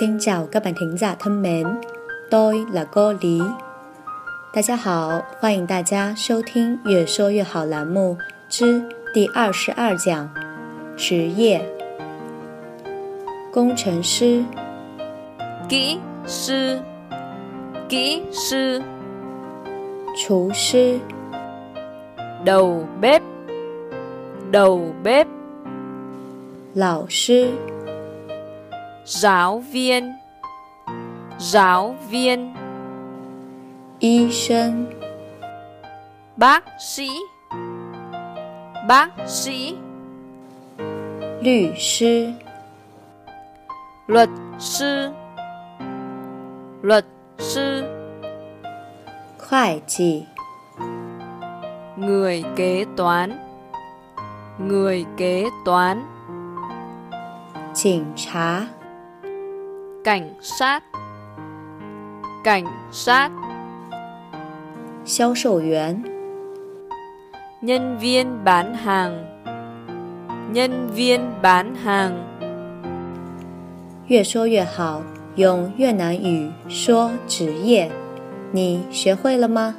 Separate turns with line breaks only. Xin chào các bạn thính giả thân mến，tôi là cô Lý。大家好，欢迎大家收听《越说越好》栏目之第二十二讲：职业工程师、
kỹ sư kỹ sư
厨师、
đầu bếp đầu bếp
老师、
giáo viên giáo viên
医生、
bác sĩ bác sĩ
律师、
luật sư luật sư
会计、
người kế toán người kế toán
警察、
cảnh sát cảnh sát
销售员、
nhân viên bán hàng nhân viên bán hàng
越说越好，用越南语说职业，你学会了吗？